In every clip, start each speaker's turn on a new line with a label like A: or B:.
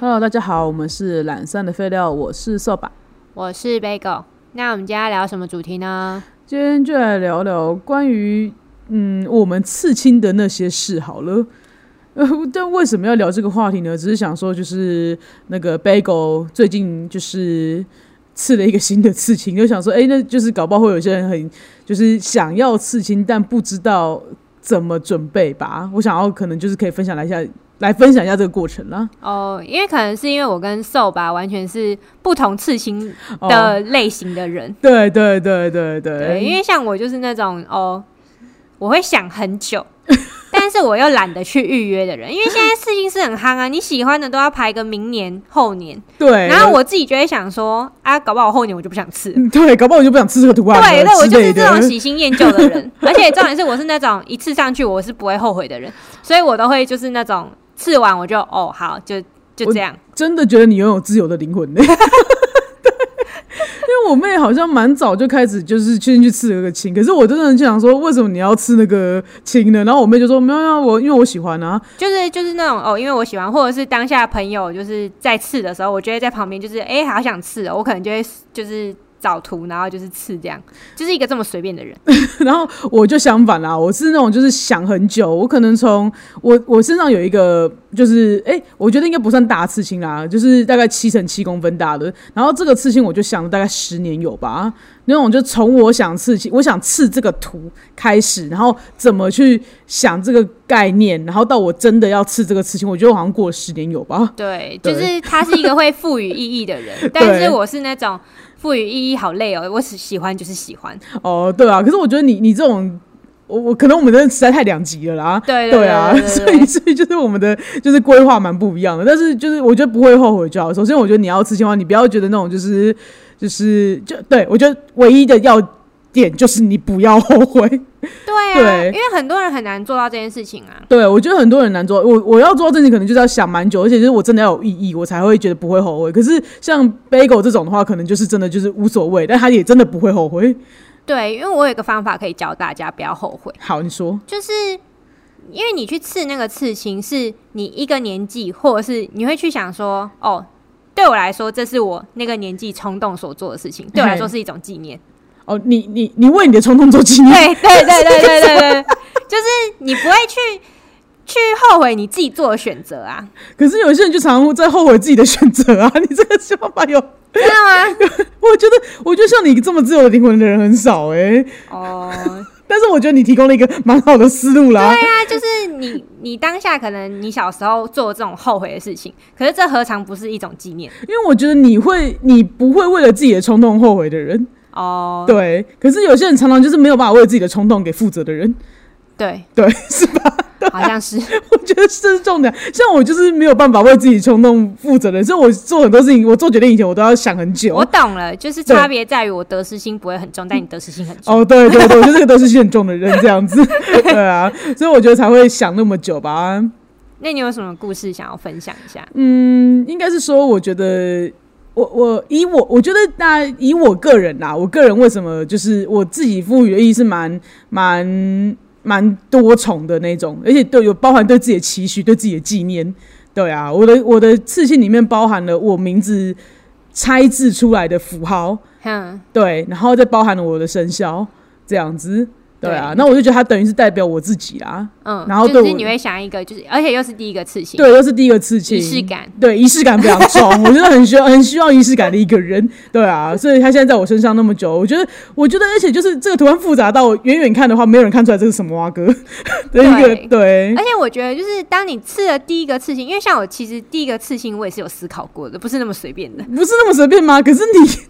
A: Hello，大家好，我们是懒散的废料，我是扫把。
B: 我是 Bagel。那我们今天要聊什么主题呢？
A: 今天就来聊聊关于嗯我们刺青的那些事好了。呃， 但为什么要聊这个话题呢？只是想说，就是那个 Bagel 最近就是刺了一个新的刺青，就想说，哎、那就是搞不好会有些人很就是想要刺青，但不知道怎么准备吧。我想要可能就是可以分享来一下，来分享一下这个过程啦。
B: 哦、因为可能是因为我跟瘦吧完全是不同刺青
A: 哦
B: 的类型的人。
A: 对对对对
B: 对，因为像我就是那种哦，我会想 很久，但是我又懒得去预约的人。因为现在刺青是很夯啊，你喜欢的都要排个明年、后年。
A: 对，
B: 然后我自己就会想说啊，搞不好我后年我就不想刺了。
A: 嗯，对，搞不好我就不想吃这个图案了
B: 对，那我
A: 之
B: 就是
A: 类
B: 这种
A: 的。
B: 喜新厌旧的人，而且重点是我是那种一次上去我是不会后悔的人，所以我都会就是那种刺完我就哦好就就这样，
A: 真的觉得你拥有自由的灵魂呢。 对，因为我妹好像蛮早就开始就是先去吃了个青，可是我真的很想说，为什么你要吃那个青呢？然后我妹就说没有啊，我因为我喜欢啊。
B: 就是就是那种哦，因为我喜欢，或者是当下朋友就是在刺的时候，我就会在旁边就是哎、好想刺、哦，我可能就会就是找图，然后就是刺这样，就是一个这么随便的人，
A: 然后我就相反啦，我是那种就是想很久，我可能从我我身上有一个就是哎、我觉得应该不算大刺青啦，就是大概七乘七公分大的。然后这个刺青我就想了大概十年有吧，那种就从我想刺青，我想刺这个图开始，然后怎么去想这个概念，然后到我真的要刺这个刺青，我觉得我好像过了十年有吧。
B: 对，
A: 对
B: 就是他是一个会赋予意义的 人，但是我是那种赋予意义好累哦，我喜喜欢就是喜欢，
A: 哦，对啊，可是我觉得你你这种。我我可能我们真的实在太两极了啦，
B: 对
A: 对
B: 对
A: 啊，所以所以就是我们的就是规划蛮不一样的，但是就是我觉得不会后悔就好。首先，我觉得你要吃青蛙，你不要觉得那种就是就是就对我觉得唯一的要点就是你不要后悔。
B: 对啊，
A: 对
B: 因为很多人很难做到这件事情啊。
A: 对我觉得很多人难做，我我要做到这件事情可能就是要想蛮久，而且就是我真的要有意义，我才会觉得不会后悔。可是像 Bagel 这种的话，可能就是真的就是无所谓，但他也真的不会后悔。
B: 对，因为我有一个方法可以教大家，不要后悔，
A: 好，你说
B: 就是因为你去刺那个刺青，是你一个年纪，或者是你会去想说，哦，对我来说，这是我那个年纪冲动所做的事情，对我来说是一种纪念。
A: 哦，你你你为你的冲动做纪念，
B: 对对对对对对对，就是你不会去去后悔你自己做的选择啊，
A: 可是有些人就常常在后悔自己的选择啊。 你这个想法有
B: 真的吗？
A: 我觉得，我觉得像你这么自由的灵魂的人很少哎、
B: 哦。
A: 但是我觉得你提供了一个蛮好的思路啦。
B: 对啊，就是你，你当下可能你小时候做这种后悔的事情，可是这何尝不是一种纪念
A: 因为我觉得你会，你不会为了自己的冲动后悔的人。
B: 哦？
A: 对，可是有些人常常就是没有办法为自己的冲动给负责的人。
B: 对，
A: 对， 是吧？
B: 好像是
A: 我觉得这是重点。像我就是没有办法为自己冲动负责的人，所以我做很多事情，我做决定以前我都要想很久
B: 我。懂了，就是差别在于我得失心不会很重，但你得失心很重。
A: 哦，对对对，我就是个得失心很重的人，这样子。 对啊，所以我觉得才会想那么久吧。
B: 那你有什么故事想要分享一下？
A: 嗯，应该是说，我觉得我我以我我觉得大家以我个人啦，我个人为什么就是我自己赋予的意义是蛮蛮蛮多重的那种，而且都有包含对自己的期许，对自己的纪念。对啊，我的我的刺青里面包含了我名字拆字出来的符号，嗯
B: 哼，
A: 对，然后再包含了我的生肖，这样子。对啊，那我就觉得它等于是代表我自己啦。
B: 嗯，
A: 然后对
B: 就是
A: 我
B: 你会想一个，就是而且又是第一个刺青，
A: 对，又是第一个刺青，
B: 仪式感。
A: 对，仪式感非常重， 我觉得很需要很需要仪式感的一个人，对啊，所以他现在在我身上那么久，我觉得我觉得，而且就是这个图案复杂到远远看的话，没有人看出来这是什么蛙哥 的一个哎
B: 对
A: 对
B: 而且我觉得，就是当你刺了第一个刺青，因为像我其实第一个刺青我也是有思考过的，不是那么随便的。
A: 不是那么随便吗？可是你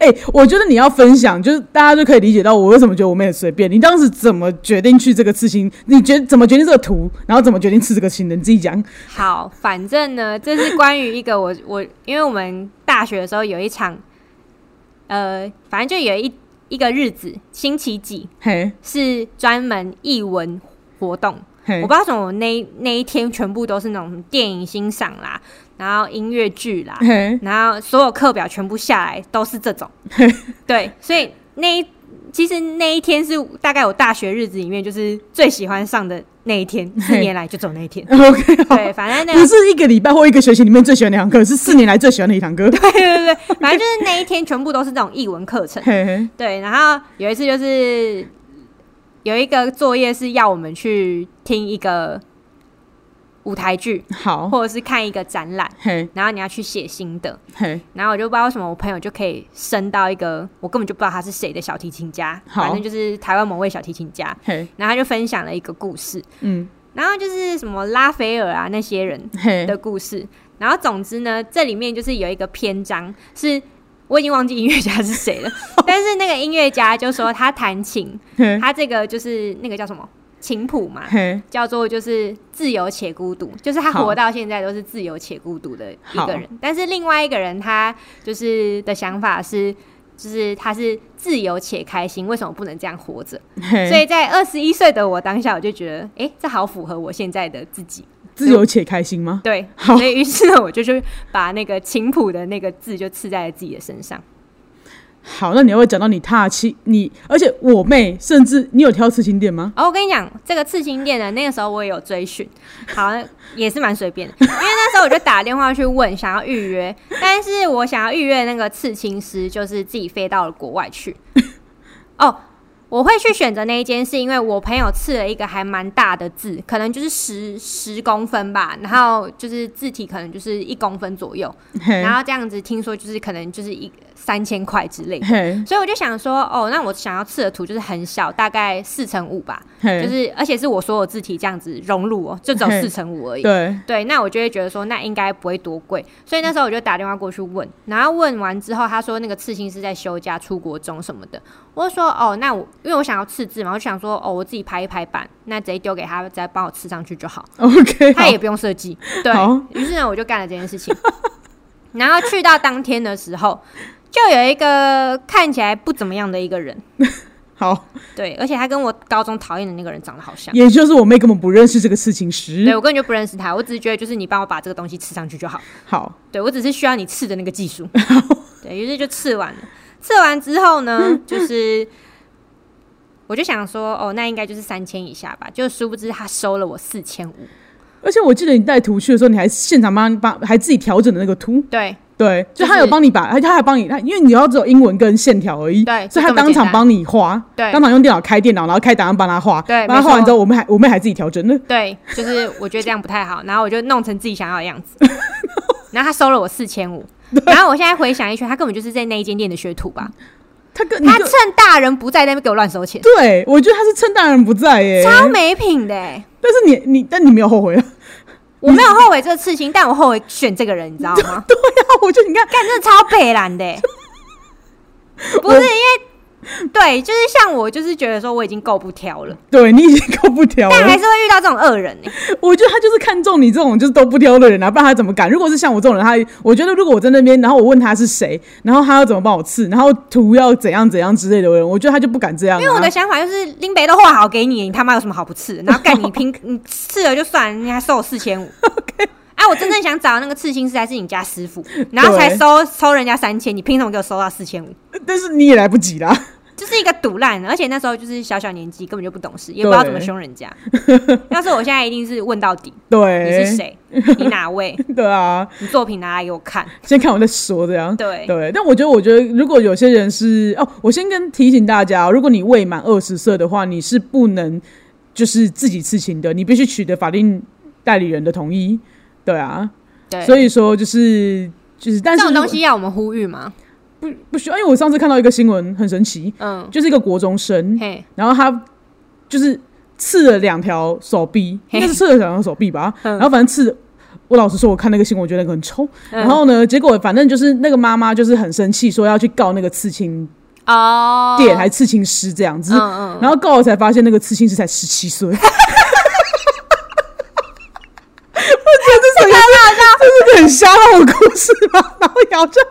A: 哎、我觉得你要分享，就是大家就可以理解到我为什么觉得我们很随便。你当时怎么决定去这个刺青？你决怎么决定这个图？然后怎么决定刺这个青的？你自己讲。
B: 好，反正呢，这是关于一个我 我，因为我们大学的时候有一场，呃，反正就有一一个日子，星期几
A: 嘿，
B: 是专门译文活动。
A: 嘿
B: 我不，知道为什么我那那一天全部都是那种电影欣赏啦，然后音乐剧 啦，
A: 嘿，
B: 然后所有课表全部下来都是这种，对，所以那一其实那一天是大概我大学日子里面就是最喜欢上的那一天，四年来就走那 一天。
A: OK，好，
B: 对，反正那
A: 不
B: 个
A: 是一个礼拜或一个学期里面最喜欢的一堂课，是四年来最喜欢的一堂课。
B: 对对对，反正就是那一天全部都是那种译文课程。
A: 嘿嘿，
B: 对，然后有一次就是有一个作业是要我们去听一个舞台剧，
A: 好，
B: 或者是看一个展览，
A: 嘿
B: 然后你要去写心得。
A: 嘿，
B: 然后我就不知道为什么我朋友就可以升到一个我根本就不知道他是谁的小提琴家，
A: 好
B: 反正就是台湾某位小提琴家。
A: 嘿，
B: 然后他就分享了一个故事，
A: 嗯，
B: 然后就是什么拉斐尔啊那些人
A: 嘿，
B: 的故事。然后总之呢，这里面就是有一个篇章是。我已经忘记音乐家是谁了，但是那个音乐家就说他弹琴，
A: 嘿，
B: 他这个就是那个叫什么琴谱嘛，
A: 嘿，
B: 叫做就是自由且孤独，就是他
A: 好
B: 活到现在都是自由且孤独的一
A: 好
B: 个人。但是另外一个人，他就是的想法是，就是他是自由且开心，为什么不能这样活着？所
A: 嘿，
B: 以在二十一岁的我当下，我就觉得，诶，这好符合我现在的自己。
A: 自由且开心吗？
B: 对，
A: 好
B: 所以于是呢，我就去把那个琴谱的那个字就刺在了自己的身上。
A: 好，那你要不要讲到你踏青？你而且我妹，甚至你有挑刺青店吗？
B: 哦，我跟你讲，这个刺青店呢，那个时候我也有追寻，好也是蛮随便的，因为那时候我就打电话去问，想要预约，但是我想要预约那个刺青师，就是自己飞到了国外去。哦，我会去选择那一间，是因为我朋友刺了一个还蛮大的字，可能就是十十公分吧，然后就是字体可能就是一公分左右，
A: 嘿，
B: 然后这样子听说就是可能就是一三千块之类的。
A: 嘿，
B: 所以我就想说，哦，那我想要刺的图就是很小，大概四乘五吧，
A: 嘿，
B: 就是而且是我所有字体这样子融入哦，就只有
A: 嘿
B: 四乘五而已。
A: 嗯对，
B: 对，那我就会觉得说，那应该不会多贵，所以那时候我就打电话过去问，然后问完之后，他说那个刺青是在休假、出国中什么的，我就说哦，那我因为我想要刺字嘛，我就想说哦，我自己拍一拍板，那直接丢给他，再帮我刺上去就好，
A: OK，
B: 他
A: 好，
B: 也不用设计。对
A: 好
B: 于是呢，我就干了这件事情，然后去到当天的时候，就有一个看起来不怎么样的一个人，
A: 好，
B: 对，而且他跟我高中讨厌的那个人长得好像。
A: 也就是我妹根本不认识这个刺青
B: 对，
A: 师。
B: 我根本就不认识他，我只是觉得就是你帮我把这个东西刺上去就好。
A: 好，
B: 对我只是需要你刺的那个技术。对于是就刺完了，刺完之后呢，就是我就想说，哦，那应该就是三千以下吧。就殊不知他收了我四千五。
A: 而且我记得你带图去的时候，你还现场帮帮还自己调整的那个图，
B: 对
A: 对，
B: 就
A: 就是他有帮你把，他他还帮你，他因为你要只有英文跟线条而已，
B: 对
A: 所以
B: 就这
A: 他
B: 么
A: 当
B: 简
A: 场
B: 单
A: 帮你画，
B: 对
A: 当场用电脑开电脑，然后开档案帮他画，
B: 对
A: 帮他
B: 没
A: 画完
B: 错
A: 之后，我们还我妹还自己调整呢，
B: 对，就是我觉得这样不太好，然后我就弄成自己想要的样子。然后他收了我四千五，然后我现在回想一圈，他根本就是在那一间店的学徒吧？
A: 他跟你
B: 他
A: 跟
B: 趁大人不在那边给我乱收钱，
A: 对，我觉得他是趁大人不在耶，
B: 超没品的、欸。
A: 但是你你但你没有后悔啊，
B: 我没有后悔这个刺青，但我后悔选这个人，你知道 吗？
A: 对啊，我觉得你看，
B: 干，真的超北蓝的、欸，不是因为对，就是像我，就是觉得说我已经够不挑了，
A: 对你已经够不挑
B: 但还
A: 了，
B: 是会遇到这种恶人、欸。
A: 我觉得他就是看中你这种就是都不挑的人啊，不然他怎么敢？如果是像我这种人，他我觉得如果我在那边，然后我问他是谁，然后他要怎么帮我刺，然后图要怎样怎样之类的人，我觉得他就不敢这样、啊，
B: 因为我的想法就是林北都画好给你，你他妈有什么好不刺的？然后干你拼，你刺了就算了，你还收我四千五。啊，我真正想找的那个刺青师还是你家师傅，然后才
A: 对
B: 收收人家三千，你凭什么给我收到四千五？
A: 但是你也来不及啦。
B: 就是一个赌烂，而且那时候就是小小年纪，根本就不懂事，也不知道怎么凶人家。 要是我现在一定是问到底，你
A: 对，
B: 是？谁？你哪位？
A: 对啊，
B: 你作品拿来给我看。
A: 先看我再说这样。
B: 对
A: 对，但我觉得，我觉得如果有些人是哦，我先跟提醒大家哦，如果你未满二十岁的话，你是不能就是自己刺青的，你必须取得法定代理人的同意。对啊，
B: 对，
A: 所以说就是就是，但
B: 这
A: 是
B: 种
A: 如
B: 东西要我们呼吁吗？
A: 不不需要，因为我上次看到一个新闻很神奇，
B: 嗯，
A: 就是一个国中生，
B: 嘿，
A: 然后他就是刺了两条手臂，
B: 嘿
A: 应该是刺了两条手臂吧，
B: 嗯
A: 然后反正刺。我老实说，我看那个新闻，我觉得那个很丑。
B: 嗯
A: 然后呢，结果反正就是那个妈妈就是很生气，说要去告那个刺青
B: 哦，
A: 店、还刺青师这样子。
B: 嗯嗯，
A: 然后告了才发现那个刺青师才十七岁。我 觉得这整个这是个很瞎闹的故事吧。然后姚正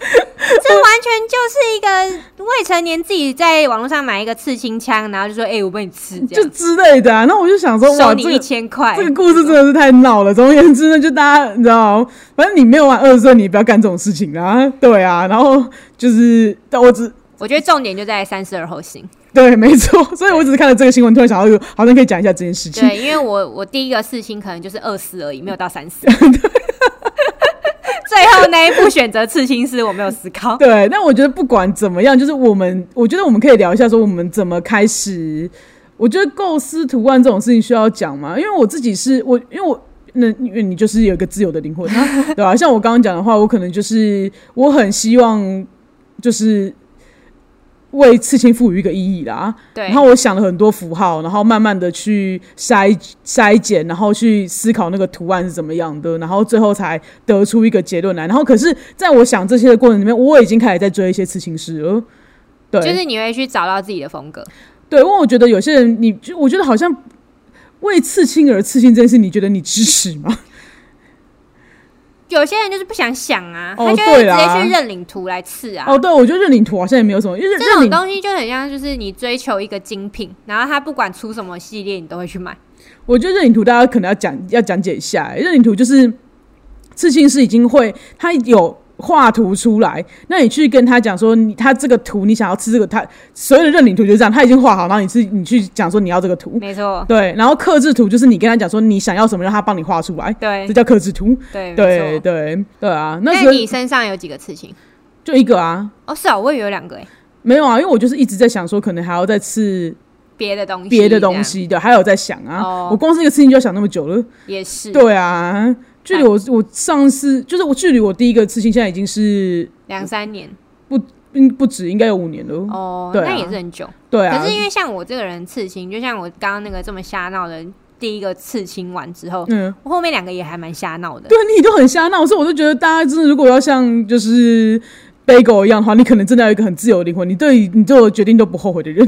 B: 这完全就是一个未成年自己在网络上买一个刺青枪，然后就说：“哎，我帮你刺，这
A: 就
B: 样
A: 之类的、啊，然后我就想说，
B: 收
A: 哇，
B: 你
A: 这
B: 一
A: 个
B: 千块。”
A: 这个故事真的是太闹了。总而言之呢，就大家你知道，反正你没有满二十岁，你也不要干这种事情啦。对啊，然后就是，但我只
B: 我觉得重点就在三十而后行。
A: 对，没错。所以我只是看了这个新闻，突然想到有好像可以讲一下这件事情。
B: 对，因为我我第一个刺青可能就是二四而已，没有到三四。 最后那一步选择刺青师，我没有思考。
A: 对，但我觉得不管怎么样，就是我们，我觉得我们可以聊一下，说我们怎么开始。我觉得构思图案这种事情需要讲嘛，因为我自己是我，因为我那因为你就是有一个自由的灵魂，啊对吧、像我刚刚讲的话，我可能就是我很希望就是为刺青赋予一个意义啦。
B: 对
A: 然，后我想了很多符号，然后慢慢的去筛筛减，然后去思考那个图案是怎么样的，然后最后才得出一个结论来。然后可是，在我想这些的过程里面，我已经开始在追一些刺青师了。对，
B: 就是你会去找到自己的风格。
A: 对，因为我觉得有些人，你就我觉得好像为刺青而刺青这件事，你觉得你支持吗？
B: 有些人就是不想想啊，
A: 哦
B: 他就会直
A: 对啦
B: 接去认领图来刺啊。
A: 哦，对，我觉得认领图好像也没有什么，因为认
B: 这种
A: 领
B: 东西就很像，就是你追求一个精品，然后他不管出什么系列，你都会去买。
A: 我觉得认领图大家可能要讲要讲解一下、欸，认领图就是刺青师已经会他有。画图出来，那你去跟他讲说你他这个图你想要吃这个，他所有的认领图就是这样，他已经画好，然后你是你去讲说你要这个图，
B: 没错，
A: 对，然后克制图就是你跟他讲说你想要什么，让他帮你画出来，
B: 对
A: 这叫克制图。
B: 对没
A: 对
B: 错。
A: 对对啊，那
B: 那
A: 时候
B: 你身上有几个刺青？
A: 就一个啊，
B: 哦，是啊，我以为有两个诶，
A: 没有啊，因为我就是一直在想说可能还要再刺
B: 别的东西，
A: 别的东西，对，还有在想啊，
B: 哦
A: 我光是一个刺青就要想那么久了。
B: 这样也是
A: 对啊，距离我我上次就是我距离我第一个刺青，现在已经是
B: 两三年
A: 嗯不止，应该有五年了。
B: 哦，
A: 对啊
B: 那也是很久。
A: 对啊，
B: 可是因为像我这个人刺青，就像我刚刚那个这么瞎闹的第一个刺青完之后，
A: 嗯，
B: 我后面两个也还蛮瞎闹的。
A: 对啊你都很瞎闹，所以我就觉得大家真的如果要像就是 Bagel 一样的话，你可能真的要有一个很自由的灵魂，你对于你做的决定都不后悔的人。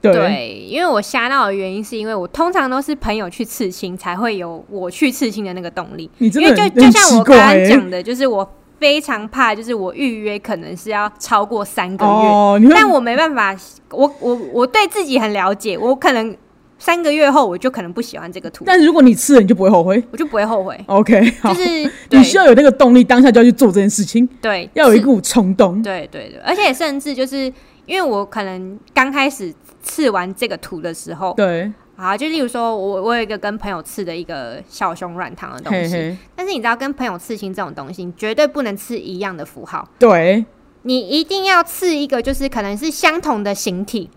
A: 对
B: 对，因为我瞎闹的原因是因为我通常都是朋友去刺青才会有我去刺青的那个动力，
A: 你真
B: 因
A: 的
B: 为
A: 很
B: 就就
A: 很
B: 像我
A: 奇
B: 刚
A: 怪、
B: 刚
A: 欸、
B: 讲的，就是我非常怕，就是我预约可能是要超过三个月，
A: 哦，你会
B: 但我没办法，我我我对自己很了解，我可能三个月后我就可能不喜欢这个图，
A: 但是如果你吃了，你就不会后悔。
B: 我就不会后悔，
A: OK，好，
B: 就是
A: 你
B: 对
A: 需要有那个动力，当下就要去做这件事情，
B: 对
A: 要有一
B: 是
A: 股冲动。
B: 对对对，而且甚至就是因为我可能刚开始刺完这个图的时候，
A: 对，
B: 啊，就例如说我我有一个跟朋友刺的一个小熊软糖的东
A: 嘿
B: 西，
A: 嘿，
B: 但是你知道跟朋友刺青这种东西，你绝对不能刺一样的符号，
A: 对。
B: 你一定要刺一个就是可能是相同的形体，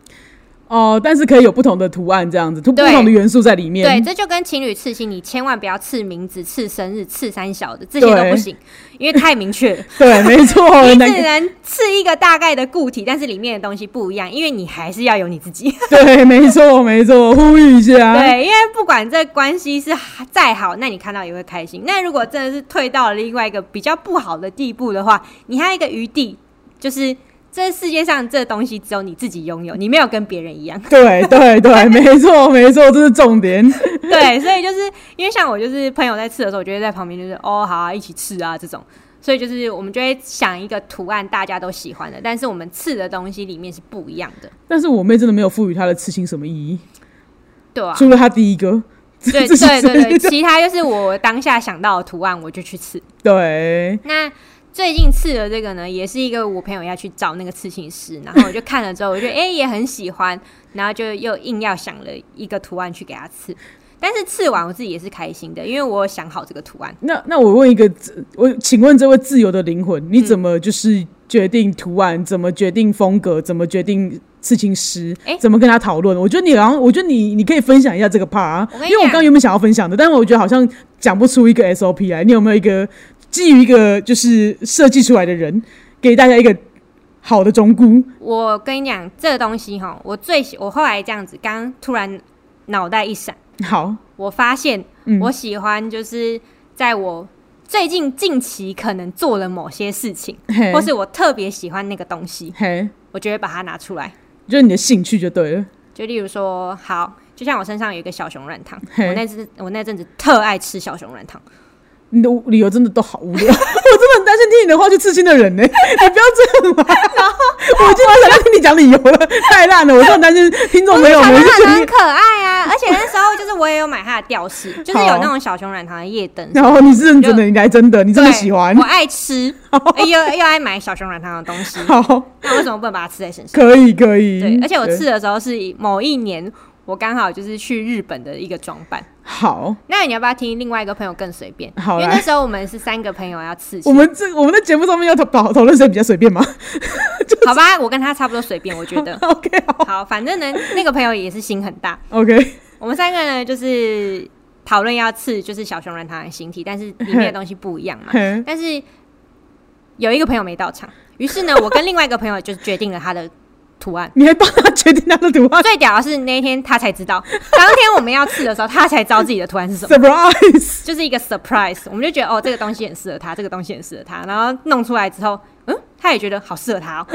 A: 哦，但是可以有不同的图案，这样子，不不
B: 对
A: 同的元素在里面。
B: 对，这就跟情侣刺青，你千万不要刺名字、刺生日、刺三小的，这些都
A: 对哦
B: 不行，因为太明确了。
A: 对，没 错，
B: 你
A: 难
B: 只能刺一个大概的固体，但是里面的东西不一样，因为你还是要有你自己。
A: 对，没错，没错，呼吁一下。
B: 对，因为不管这关系是再好，那你看到也会开心。那如果真的是退到了另外一个比较不好的地步的话，你还有一个余地，就是这世界上这东西只有你自己拥有，你没有跟别人 一样。
A: 对对对， 没错没错，这是重点。
B: 对，所以就是因为像我就是朋友在吃的时候，我就会在旁边就是哦好啊，一起吃啊这种。所以就是我们就会想一个图案大家都喜欢的，但是我们刺的东西里面是不一样的，
A: 但是我妹真的没有赋予她的刺青什么意义，
B: 对啊，
A: 除了她第一个。
B: 对
A: 这是
B: 对对对，
A: 这
B: 其他就是我当下想到的图案我就去刺。
A: 对
B: 那最近刺的这个呢，也是一个我朋友要去找那个刺青师，然后我就看了之后，我就哎、诶也很喜欢，然后就又硬要想了一个图案去给他刺。但是刺完我自己也是开心的，因为我有想好这个图案。
A: 那那我问一个，我请问这位自由的灵魂，
B: 嗯
A: 你怎么就是决定图案？怎么决定风格？怎么决定刺青师？
B: 诶
A: 怎么跟他讨论？我觉得你好像，我觉得你你可以分享一下这个 part，、啊、
B: 我
A: 因
B: 跟你
A: 为我
B: 讲
A: 刚原本想要分享的，但是我觉得好像讲不出一个 SOP 来。你有没有一个基于一个就是设计出来的人，给大家一个好的忠估？
B: 我跟你讲，这个东西哈，我最喜我后来这样子，刚刚突然脑袋一闪，
A: 好，
B: 我发现
A: 嗯
B: 我喜欢就是在我最近近期可能做了某些事情，
A: 嘿
B: 或是我特别喜欢那个东西，
A: 嘿，
B: 我就会把它拿出来。
A: 就是你的兴趣就对了。
B: 就例如说，好，就像我身上有一个小熊软糖，
A: 嘿
B: 我那阵我那阵子特爱吃小熊软糖，
A: 你的理由真的都好无聊，我真的很担心 认听你的话去刺青的人呢、 你不要这样嘛！我已经不想再听你讲理由 了，太烂了。我这种担心听众朋友
B: 小
A: 们，
B: 熊
A: 我就觉
B: 软糖很
A: 得，
B: 可爱啊，而且那时候就是我也有买它的吊饰，就是有那种小熊软糖的夜灯。
A: 然后你是认真的，你来真的，你真的喜欢
B: 对我。爱吃，又又爱买小熊软糖的东西，
A: 好，
B: 那为什么不能把它吃在身上？
A: 可以可以。
B: 对，而且我刺
A: 对
B: 的时候是以某一年，我刚好就是去日本的一个装扮。
A: 好。
B: 那你要不要听另外一个朋友更随便？
A: 好
B: 因为
A: 来
B: 那时候我们是三个朋友要刺青
A: 我们这我们在节目上面要讨讨讨论谁比较随便吗。
B: 好吧，我跟他差不多随便，我觉得
A: ？OK，好
B: 好，反正呢，那个朋友也是心很大。
A: ，OK，
B: 我们三个呢，就是讨论要刺就是小熊软糖的形体，但是里面的东西不一样嘛。
A: 嘿
B: 但是有一个朋友没到场，于是呢，我跟另外一个朋友就决定了他的图案。
A: 你还帮他决定他的图案
B: 最屌的是那一天他才知道，当天我们要刺的时候，他才知道自己的图案 是什么。
A: ，surprise，
B: 就是一个 surprise，我们就觉得哦，这个东西很适合他，这个东西很适合他，然后弄出来之后，嗯，他也觉得好适合他哦，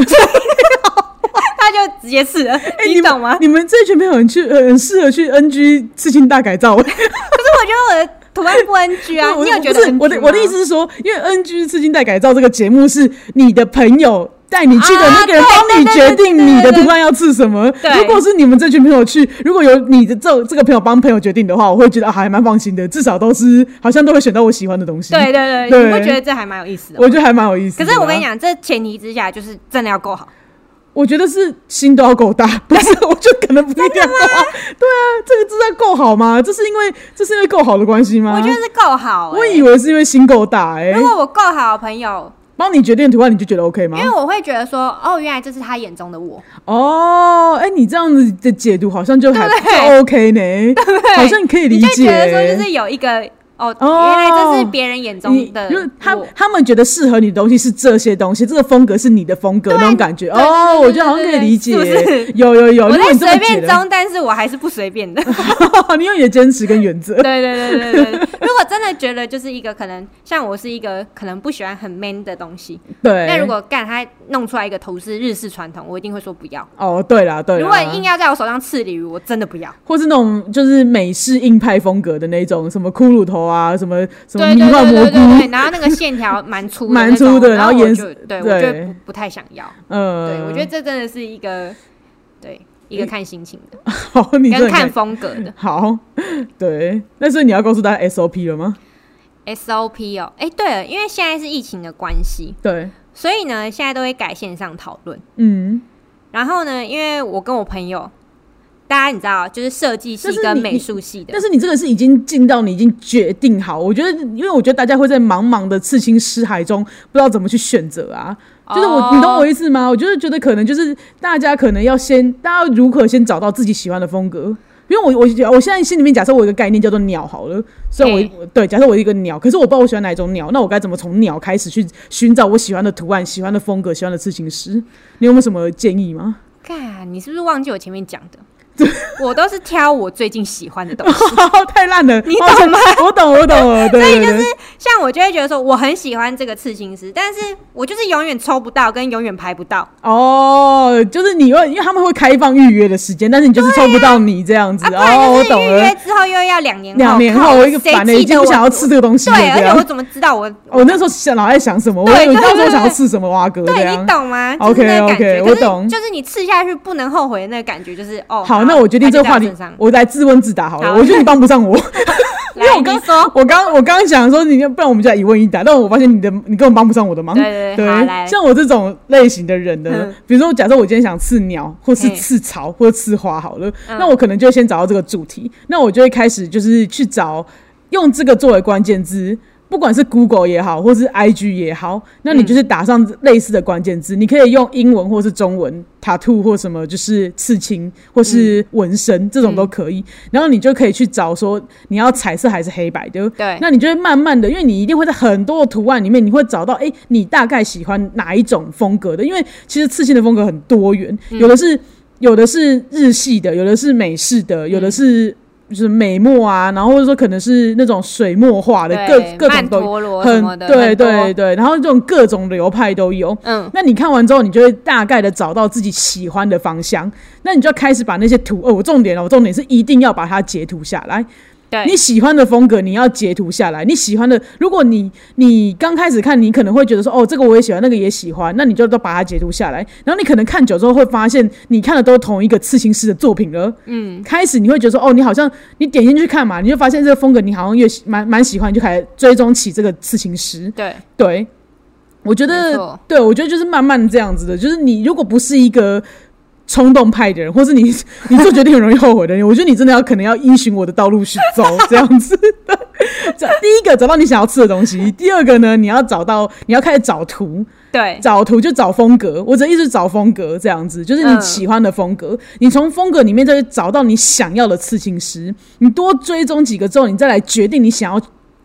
B: 他就直接试了，你懂吗？
A: 哎你们这群朋友很去呃很适合去 NG 刺青大改造。
B: 可是 我觉得我的图案不 NG 啊，
A: 我
B: 你有觉
A: 不
B: 得
A: 是
B: NG
A: 我的我的
B: 吗
A: 意思是说，因为 NG 刺青带改造这个节目是你的朋友带你去的
B: 啊
A: 那个人
B: 对
A: 帮你
B: 对对
A: 决
B: 对
A: 定
B: 对
A: 你的
B: 对
A: 图案要刺什么。
B: 对
A: 如果是你们这群朋友去，如果有你的这这个朋友帮朋友决定的话，我会觉得、啊、还蛮放心的，至少都是好像都会选到我喜欢的东西。
B: 对，对对，
A: 对
B: 你会觉得这还蛮有意思的吗。
A: 我觉得还蛮有意思的
B: 可
A: 啊。
B: 是我跟你讲，这前提之下就是真的要够好，
A: 我觉得是心都要够大，不是？我就可能不一定要够好。 对啊，这个字要够好吗？这是因为这是因为够好的关系吗？
B: 我觉得是够
A: 啊
B: 好、欸。
A: 我以为是因为啊心够大、欸，哎
B: 如，果我够好的朋友，
A: 帮你决定图案，你就觉得 OK 吗？
B: 因为我会觉得说，哦，原来这是他眼中 的我，
A: 哦，哎、你这样子的解读好像就还
B: 对不对
A: 就 OK 呢，好像你可以理
B: 你就
A: 解。欸
B: 觉得说就是有一个哦，
A: 哦
B: 原来这是别人眼
A: 你
B: 中的
A: 就是他
B: 我
A: 他们觉得适合你的东西是这些东西，这个风格是你的风格那种感觉
B: 对对
A: 哦，
B: 对
A: 我觉得好像可以理解，
B: 对对对是不是
A: 有有有，
B: 我
A: 如果
B: 在
A: 你这么
B: 随
A: 解
B: 便
A: 的，
B: 中，但是我还是不随便的。
A: 你有你的坚持跟原则，
B: 对对对对对。如果真的觉得就是一个可能，像我是一个可能不喜欢很 man 的东西，
A: 对。
B: 那如果干他弄出来一个头是日式传统，我一定会说不要。
A: 哦，对啦对啦，
B: 如果硬要在我手上刺鲤鱼，我真的不要。
A: 或是那种就是美式硬派风格的那种，什么骷髅头啊，什么什么
B: 对
A: 迷
B: 对
A: 幻
B: 对
A: 蘑
B: 对对
A: 菇
B: 对，，然后那个线条蛮粗的 那
A: 蛮
B: 种，
A: 粗的
B: 然
A: 然后
B: 我
A: 颜
B: 就
A: 色
B: 对我就
A: 对
B: 不不太想要。
A: 呃，
B: 对我觉得这真的是一个对一个看心情的，
A: 好， 你真
B: 跟
A: 的
B: 看
A: 看
B: 风格 的。
A: 好，对，那所以你要告诉大家 SOP 了吗？
B: SOP 哦，哎、对了，因为现在是疫情的关系，
A: 对，
B: 所以呢，现在都会改线上讨论。
A: 嗯，
B: 然后呢，因为我跟我朋友，大家你知道，就是设计系
A: 但是
B: 跟
A: 你
B: 美术系的
A: 但，是你这个是已经进到你已经决定好，我觉得，因为我觉得大家会在茫茫的刺青诗海中不知道怎么去选择啊。就是我你懂我
B: 哦
A: 意思吗？我就是觉得可能就是大家可能要先，大家如何先找到自己喜欢的风格。因为我我我现在心里面假设我有一个概念叫做鸟好了，所以
B: 嘿
A: 我、对假设我有一个鸟，可是我不知道我喜欢哪一种鸟，那我该怎么从鸟开始去寻找我喜欢的图案、喜欢的风格、喜欢的刺青师？你有没有什么建议 吗？
B: 干，你是不是忘记我前面讲的？ 我都是挑我最近喜欢的东西，
A: 哦太烂了，
B: 你
A: 抱歉
B: 懂吗？
A: 我懂，我懂了，对对对，
B: 像我就会觉得说我很喜欢这个刺青师，但是我就是永远抽不到，跟永远排不到。
A: 哦，就是你会，因为他们会开放预约的时间，但是你就是抽不到你这样子，
B: 啊，不
A: 哦，我
B: 然就是
A: 懂
B: 预
A: 了
B: 约。之后又要两年后，
A: 两年
B: 靠
A: 后我一个
B: 谁
A: 反的
B: 记
A: 已经
B: 得
A: 不想
B: 我
A: 要吃这个东西了，
B: 对，
A: 这
B: 而且我
A: 样。
B: 怎么知 道我
A: 我那时候想老在想什么，我
B: 对
A: 以为你
B: 对
A: 到时候
B: 对
A: 想要
B: 对
A: 吃什么蛙哥这
B: 对你
A: 样。
B: 懂吗？就是
A: 啊 OK，
B: 那个感觉
A: OK，
B: 可是
A: 我懂
B: 就是你刺下去不能后悔的那个感觉，就是哦。
A: 好，那我决定
B: 那
A: 这
B: 就
A: 个话题
B: 在我身上，
A: 我来自问自答好了。
B: 好
A: 我觉得你帮不上我，因为
B: 来，
A: 我刚
B: 你说，
A: 我刚我刚刚想说你，不然我们就来一问一答，但我发现你的你根本帮不上我的忙。
B: 对对对，好来，
A: 像我这种类型的人呢
B: 嗯，
A: 比如说，假设我今天想刺鸟，或是
B: 嘿
A: 刺草，或者刺花好了，
B: 嗯
A: 那我可能就会先找到这个主题，那我就会开始就是去找用这个作为关键字。不管是 Google 也好，或是 IG 也好，那你就是打上类似的关键字，你可以用英文或是中文，tattoo 或什么，就是刺青或是纹身、这种都可以。然后你就可以去找说你要彩色还是黑白的，
B: 对
A: 那你就会慢慢的，因为你一定会在很多的图案里面，你会找到，哎、你大概喜欢哪一种风格的？因为其实刺青的风格很多元，
B: 嗯
A: 有的是有的是日系的，有的是美式的，有的
B: 嗯
A: 是就是美墨啊，然后或者说可能是那种水墨画的，各
B: 对，
A: 各
B: 曼
A: 种都
B: 陀罗什么
A: 很
B: 的，
A: 对
B: 很多
A: 对，对，然后这种各种流派都有。
B: 嗯，
A: 那你看完之后，你就会大概的找到自己喜欢哦的方向，那你就要开始把那些图，呃，我重点了，我重点是一定要把它截图下来。
B: 对
A: 你喜欢的风格，你要截图下来。你喜欢的，如果你你刚开始看，你可能会觉得说，哦，这个我也喜欢，那个也喜欢，那你就都把它截图下来。然后你可能看久之后，会发现你看的都是同一个刺青师的作品了。
B: 嗯，
A: 开始你会觉得说，哦，你好像你点进去看嘛，你就发现这个风格你好像越喜蛮蛮喜欢，你就开始追踪起这个刺青师。
B: 对，
A: 对，我觉
B: 没
A: 得
B: 错，
A: 对，我觉得就是慢慢这样子的，就是你如果不是一个冲动派的人， 或是你你做决定很容易后悔的人，我觉得你真的要可能要依循我的道路去走，这样子。 这第一个找到你想要吃的东西，第二个呢，你要找到你要开始找图，
B: 对，
A: 找图就找风格，我只一直找风格这样子，就是你
B: 嗯
A: 喜欢的风格，你从风格里面再去找到你想要的刺青师，你多追踪几个之后，你再来决定你想要。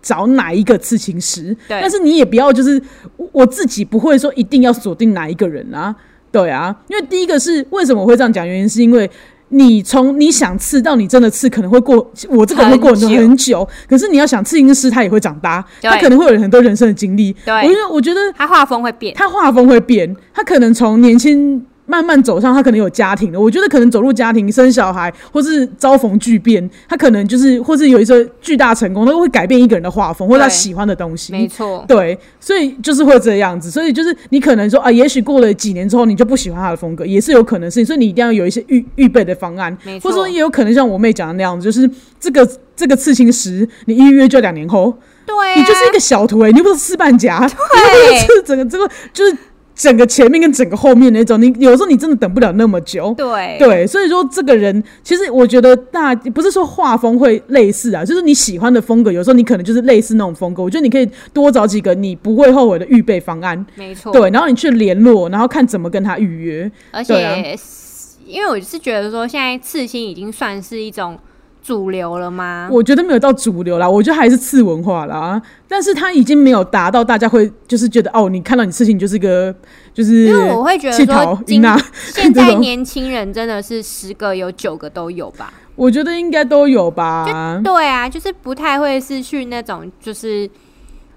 A: 找哪一个刺青师？
B: 对
A: 但是你也不要就是我我自己不会说一定要锁定哪一个人啊，对啊，因为第一个是为什么我会这样讲，原因是因为你从你想刺到你真的刺，可能会过我这个人会过很
B: 很久
A: 很久，可是你要想刺青师他也会长大，
B: 对
A: 他可能会有很多人生的经历，
B: 对
A: 我觉得我觉得
B: 他画风会变，
A: 他画风会变，他可能从年轻慢慢走上，他可能有家庭了。我觉得可能走入家庭、生小孩，或是遭逢巨变，他可能就是或是有一些巨大成功，都会改变一个人的画风或者他
B: 对
A: 喜欢的东西。
B: 没错，
A: 对，所以就是会这样子，所以就是你可能说啊，也许过了几年之后，你就不喜欢他的风格，也是有可能是，所以你一定要有一些预预备的方案，
B: 没
A: 或者说
B: 错
A: 也有可能像我妹讲的那样子，就是这个这个刺青师，你一约就两年后，
B: 对啊，
A: 你就是一个小图哎、你又不是吃半夹，
B: 对啊
A: 你又不是整 个这个就是整个前面跟整个后面那种，你有时候你真的等不了那么久。
B: 对
A: 对，所以说这个人，其实我觉得大不是说画风会类似啊，就是你喜欢的风格，有时候你可能就是类似那种风格。我觉得你可以多找几个你不会后悔的预备方案，
B: 没错，
A: 对，然后你去联络，然后看怎么跟他预约。
B: 而
A: 对啊
B: 且是因为我是觉得说，现在刺青已经算是一种主流了吗？
A: 我觉得没有到主流啦，我觉得还是次文化啦，但是他已经没有达到大家会就是觉得哦，你看到你事情就是个就是
B: 因为我会觉得
A: 气啊逃
B: 说，
A: 云
B: 今
A: 娜，
B: 现
A: 这
B: 在
A: 种
B: 年轻人真的是十个有九个都有吧？
A: 我觉得应该都有吧。
B: 对啊，就是不太会是去那种就是，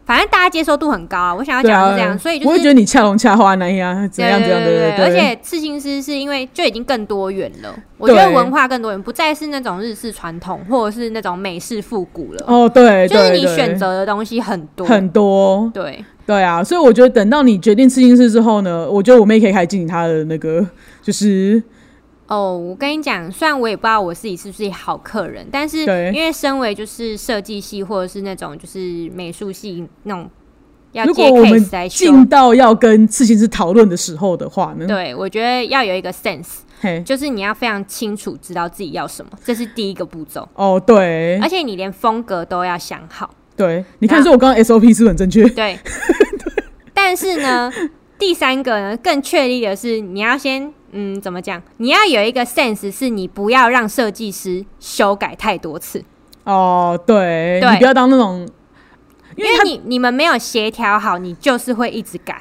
B: 反正大家接受度很高啊。我想要讲的是这样，所以
A: 我
B: 就
A: 会觉
B: 是。
A: 得你恰龙恰花那样怎样怎样，
B: 对
A: 对
B: 而且刺青师是因为就已经更多元了，我觉
A: 对
B: 得文化更多元，不再是那种日式传统或者是那种美式复古了，
A: 哦，对，
B: 就是
A: 对
B: 你
A: 对
B: 选择的东西很多，
A: 很多，
B: 对，
A: 对啊，所以我觉得等到你决定刺青师之后呢，我觉得我妹可以开始进行她的那个，就是
B: 哦，我跟你讲，虽然我也不知道我自己是不是好客人，但是
A: 对
B: 因为身为就是设计系或者是那种就是美术系那种要
A: 如
B: 接
A: 果我们
B: case 来修，
A: 进到要跟刺青师讨论的时候的话呢，
B: 对我觉得要有一个 sense，
A: 嘿，
B: 就是你要非常清楚知道自己要什么，这是第一个步骤，
A: 哦，对
B: 而且你连风格都要想好，
A: 对，你看，
B: 那
A: 所以我刚刚 SOP 是不是很正确，
B: 对。但是呢，第三个呢，更确立的是你要先。嗯，怎么讲？你要有一个 sense，是你不要让设计师修改太多次。
A: 哦，对，
B: 对
A: 你不要当那种，因
B: 因
A: 为他
B: 为你你们没有协调好，你就是会一直改，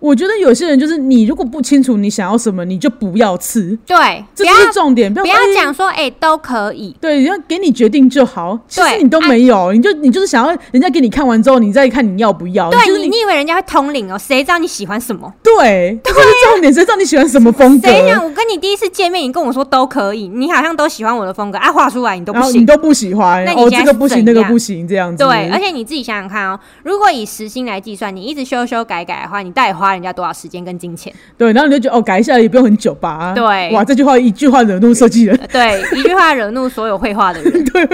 A: 我觉得有些人就是你如果不清楚你想要什么，你就不要刺，
B: 对，不
A: 这
B: 要
A: 就是重点，不要
B: 不要
A: 说哎
B: 讲说哎、都可以，
A: 对，人家给你决定就好。其实
B: 对哎
A: 你都没有，你就你就是想要人家给你看完之后，你再看你要不要。哦就
B: 对
A: 是
B: 你
A: 你
B: 你以为人家会通灵哦？谁知道你喜欢什么？
A: 对，这就是重点。谁知道你喜欢什么风格？
B: 啊谁让我跟你第一次见面，你跟我说都可以，你好像都喜欢我的风格啊，画出来你都不
A: 然后你
B: 行。
A: 都不喜欢，
B: 那你
A: 哦，
B: 现
A: 这
B: 在
A: 个不
B: 是
A: 行，
B: 怎
A: 那个
B: 样
A: 不行，这样子。
B: 对，而且你自己想想看哦，如果以时薪来计算，你一直修修改改的话，你到底花人家多少时间跟金 钱？
A: 对，然后你就觉得哦，改一下也不用很久吧？
B: 对
A: 哇，这句话一句话惹怒设计人，
B: 呃对，一句话惹怒所有绘画的人。 对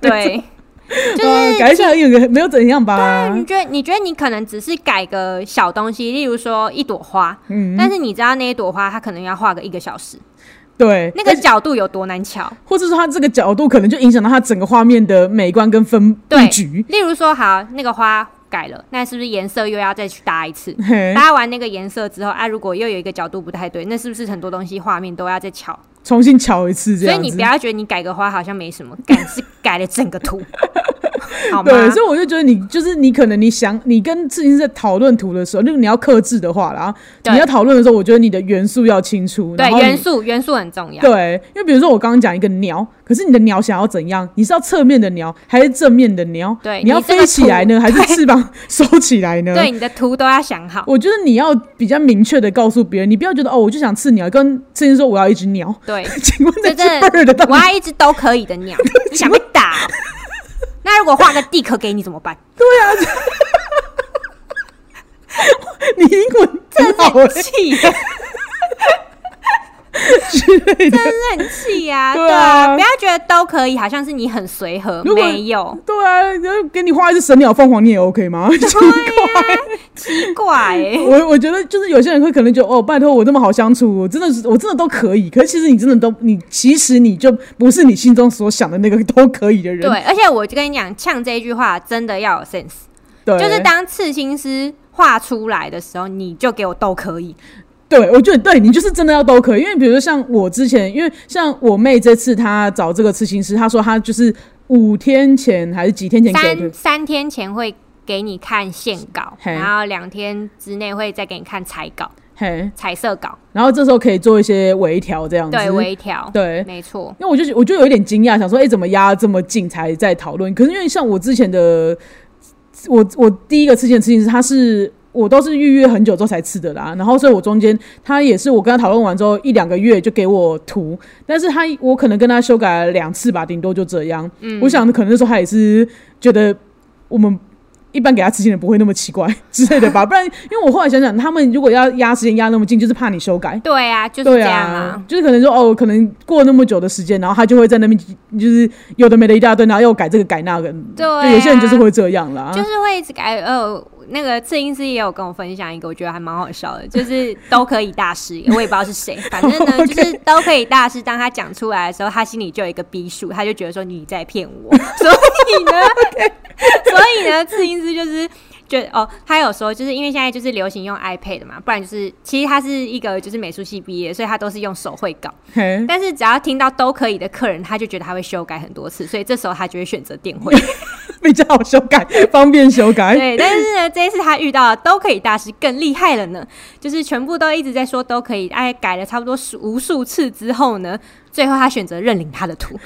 B: 对，就是
A: 呃，改一下也没有怎样吧？
B: 你觉得你觉得你可能只是改个小东西，例如说一朵花，
A: 嗯
B: 但是你知道那一朵花它可能要画个一个小时，
A: 对，
B: 那个角度有多难瞧？
A: 或者说他这个角度可能就影响到他整个画面的美观跟分布
B: 对
A: 局。
B: 例如说，好，那个花改了，那是不是颜色又要再去搭一次？
A: 嘿，
B: 搭完那个颜色之后，啊，如果又有一个角度不太对，那是不是很多东西画面都要再瞧？
A: 重新瞧一次这
B: 所以
A: 样
B: 你
A: 子
B: 不。要觉得你改个花好像没什么，改是改了整个 图，好吗？
A: 对，所以我就觉得你就是你，可能你想你跟刺青师在讨论图的时候，如果你要克制的话啦，
B: 对
A: 你要讨论的时候，我觉得你的元素要清楚。
B: 对
A: 然后你
B: 元素元素很重要。
A: 对，因为比如说我刚刚讲一个鸟，可是你的鸟想要怎样？你是要侧面的鸟还是正面的鸟？
B: 对
A: 你要
B: 你这个
A: 飞起来呢，
B: 图
A: 还是翅膀 收起来呢？
B: 对，你的图都要想好。
A: 我觉得你要比较明确的告诉别人，你不要觉得哦，我就想刺鸟，跟刺青说我要一只鸟。
B: 对，
A: 请问这
B: 这
A: 只
B: 真的
A: bird 到底
B: 我要一只都可以的鸟，你想被打哦？那如果画个地壳给你怎么办？
A: 你英文真好
B: 很
A: 欸
B: 气耶，
A: 之类的。
B: 真的很气呀、
A: 对啊
B: 对啊，不要觉得都可以，好像是你很随和，
A: 如果
B: 没 有
A: 对啊，然后给你画一只神鸟凤凰，你也 OK 吗？奇怪，
B: 哎奇怪、欸，
A: 我我觉得就是有些人会可能觉得哦，拜托我这么好相处，我真的是我真的都可以。可是其实你真的都你其实你就不是你心中所想的那个都可以的人。
B: 对，而且我就跟你讲，呛这一句话真的要有 sense，
A: 对，
B: 就是当刺青师画出来的时候，你就给我都可以，
A: 对，我觉得对你就是真的要都可以，因为比如说像我之前，因为像我妹这次她找这个刺青师，她说她就是五天前还是几天前给
B: 三
A: 的，
B: 三天前会给你看线稿，
A: 嘿
B: 然后两天之内会再给你看彩稿、
A: 嘿，
B: 彩色稿，
A: 然后这时候可以做一些微调这样子，
B: 对，微调，
A: 对
B: 没错，
A: 因为我就我就有一点惊讶，想说，哎、怎么压得这么近才在讨论？可是因为像我之前的，我我第一个刺青的事情是，他是我都是预约很久之后才刺的啦。然后所以我中间他也是我跟他讨论完之后一两个月就给我图，但是他我可能跟他修改了两次吧，顶多就这样。嗯，我想可能那时候他也是觉得我们。一般给他刺青的不会那么奇怪 之类的吧，不然因为我后来想想，他们如果要压时间压那么近，就是怕你修改，
B: 对啊，就是这
A: 对
B: 样
A: 啊
B: 啊，，
A: 就是可能说哦，可能过那么久的时间，然后他就会在那边就是有的没的一大堆，然后又改这个改那个，嗯
B: 对啊
A: 就有些人就是会这样啦。
B: 就是会一直改。呃，那个摄影师也有跟我分享一个，我觉得还蛮好笑的，就是都可以大师，我也不知道是谁，反正呢
A: OK
B: 就是都可以大师。当他讲出来的时候，他心里就有一个逼数，他就觉得说你在骗我， 所以呢，所以呢，摄影师就是。觉得哦，他有说，就是因为现在就是流行用 iPad 嘛，不然就是其实他是一个就是美术系毕业，所以他都是用手绘稿。
A: 嘿，
B: 但是只要听到都可以的客人，他就觉得他会修改很多次，所以这时候他就会选择电绘。
A: 比较好修改，方便修改。
B: 对，但是呢，这一次他遇到的都可以大师更厉害了呢，就是全部都一直在说都可以，哎，改了差不多数无数次之后呢，最后他选择认领他的图。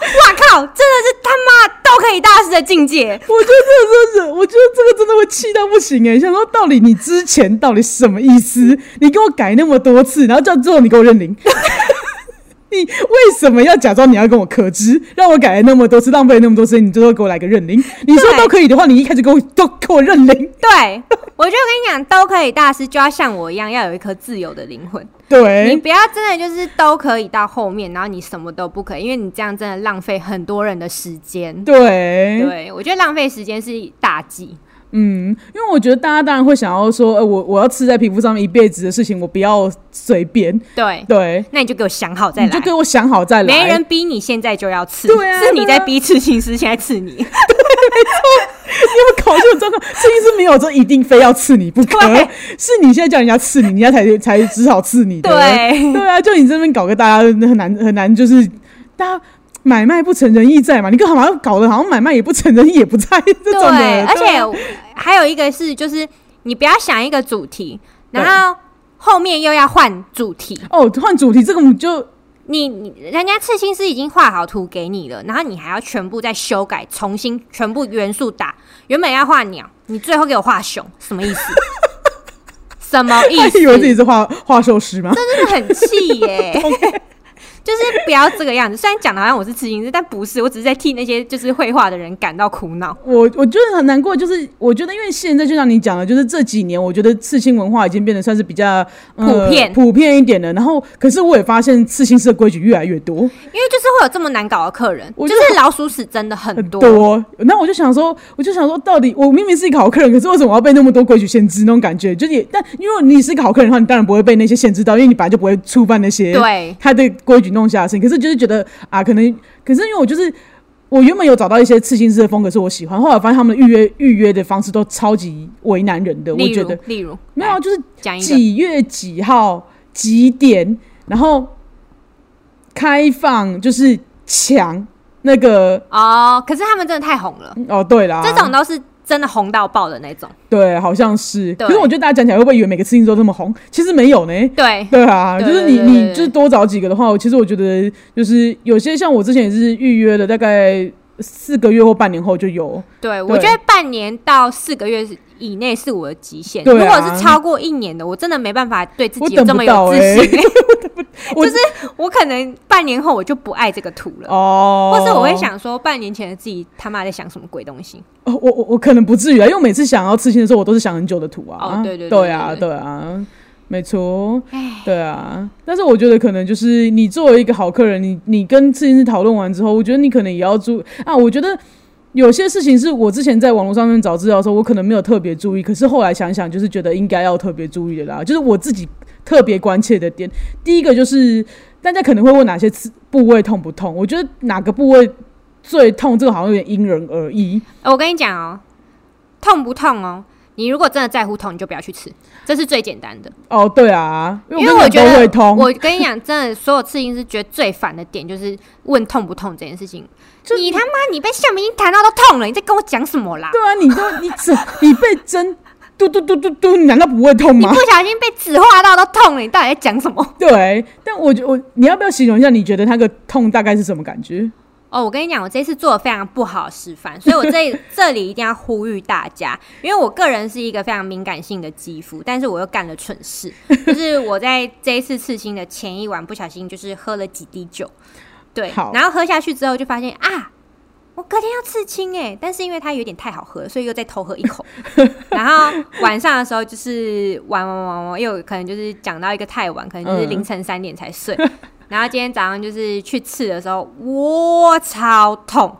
B: 哇靠！真的是他妈都可以大师的境界，
A: 我觉得这个真的是，我觉得这个真的会气到不行哎、想说到底你之前到底什么意思？你给我改那么多次，然后叫之后你给我认领。 你为什么要假装你要跟我克制，让我改了那么多次，浪费了那么多时间，你最后给我来个认领？你说
B: 对
A: 都可以的话，你一开始给我都给我认领，
B: 对我就跟你讲，都可以大师就要像我一样，要有一颗自由的灵魂。
A: 对，
B: 你不要真的就是都可以到后面，然后你什么都不可以，因为你这样真的浪费很多人的时间。
A: 对，
B: 对，我觉得浪费时间是大忌。
A: 嗯，因为我觉得大家当然会想要说，呃，我我要吃在皮肤上面一辈子的事情，我不要随便。
B: 对，
A: 对，
B: 那你就给我想好再
A: 你就
B: 来
A: 给。我想好再来。
B: 没人逼你现在就要刺，
A: 对啊
B: 是你
A: 对啊
B: 在逼刺青师现在刺你。
A: 因为搞这种状况，刺青师没有说一定非要刺你不可
B: 对，
A: 是你现在叫人家刺你，人家才才只好刺你的。
B: 对
A: 对啊，就你这边搞个大家很难很难，就是大家。买卖不成仁义在嘛？你干嘛要搞得好像买卖也不成仁义也不在 这种的？
B: 对，而
A: 对啊
B: 且还有一个是，就是你不要想一个主题，然后后面又要换主题。
A: 哦，换主题这个我们就
B: 你你人家刺青师已经画好图给你了，然后你还要全部再修改，重新全部元素打。原本要画鸟，你最后给我画熊，什么意 思？什么意
A: 他
B: 思？
A: 以为自己是画画寿司吗？
B: 真的很气耶、 就是不要这个样子。虽然讲的好像我是刺青师，但不是，我只是在替那些就是绘画的人感到苦恼。
A: 我我觉得很难过，就是我觉得因为现在就像你讲的，就是这几年我觉得刺青文化已经变得算是比较、呃
B: 普遍
A: 普遍一点的。然后，可是我也发现刺青师的规矩越来越多
B: 因为就是会有这么难搞的客人，
A: 我
B: 就
A: 就是
B: 老鼠屎真的很多。
A: 那我就想说，我就想说，到底我明明是一个好客人，可是为什么我要被那么多规矩限制？那种感觉就是也，但因为你是一个好客人的话，你当然不会被那些限制到，因为你本来就不会触犯那些
B: 对
A: 他的规矩弄下的事情。可是就是觉得啊，可能可是因为我就是。我原本有找到一些刺青师的风格是我喜欢，后来我发现他们的预约预约的方式都超级为难人的，我
B: 例
A: 觉
B: 如
A: 得，
B: 例如
A: 没有啊，
B: 来
A: 就是
B: 讲一个，
A: 几月几号几点，然后开放就是抢那个
B: 哦，可是他们真的太红了，
A: 哦，对啦，
B: 这种都是真的红到爆的那种。
A: 对，好像是。
B: 对
A: 可是我觉得大家讲起来会不会以为每个刺青都这么红？其实没有呢。
B: 对，
A: 对啊，
B: 对
A: 就是你
B: 对对
A: 你
B: 对
A: 就是多找几个的话，我其实我觉得就是有些像我之前也是预约了，大概四个月或半年后就有。
B: 对我觉得半年到四个月以内是我的极限。
A: 对啊
B: 如果是超过一年的，我真的没办法对自
A: 我
B: 己有
A: 等
B: 这
A: 不
B: 么
A: 到
B: 有自
A: 哎、
B: 信、
A: 我
B: 就是 我可能半年后我就不爱这个图了，
A: 哦，
B: 或是我会想说，半年前的自己他妈在想什么鬼东西？
A: 哦，我我我可能不至于啊，因为我每次想要刺青的时候，我都是想很久的图啊。
B: 哦对对对
A: 对啊，
B: 对
A: 对啊，没错，对啊。但是我觉得可能就是你作为一个好客人，你你跟刺青师讨论完之后，我觉得你可能也要注啊，我觉得。有些事情是我之前在网络上面找资料的时候，我可能没有特别注意，可是后来想想，就是觉得应该要特别注意的啦。就是我自己特别关切的点，第一个就是大家可能会问哪些刺部位痛不痛？我觉得哪个部位最痛，这个好像有点因人而异。
B: 呃我跟你讲哦，痛不痛哦？你如果真的在乎痛，你就不要去吃，这是最简单的。
A: 哦，对啊，因
B: 因为
A: 我
B: 我
A: 跟你
B: 觉
A: 讲都
B: 得
A: 会，通，
B: 我跟你讲，真的，所有刺青师觉得最烦的点就是问痛不痛这件事情。你他妈，你被橡皮筋弹到都痛了，你在跟我讲什么啦？
A: 对啊，你都你只你被针嘟嘟嘟嘟嘟，你难道不会痛
B: 你
A: 吗
B: 不？小心被纸划到都痛了，你到底在讲什么？
A: 对，但我觉我你要不要形容一下，你觉得那个痛大概是什么感觉？
B: 哦，我跟你讲，我这次做的非常不好的示范，所以我 这这里一定要呼吁大家，因为我个人是一个非常敏感性的肌肤，但是我又干了蠢 事，就是我在这一次刺青的前一晚不小心就是喝了几滴酒，对
A: 好，
B: 然后喝下去之后就发现啊。我隔天要刺青哎、但是因为它有点太好喝了，所以又再偷喝一 口。然后晚上的时候就是玩玩玩玩，又有可能就是讲到一个太晚，可能就是
A: 嗯
B: 凌晨三点才睡。然后今天早上就是去刺的时候，哇，超痛，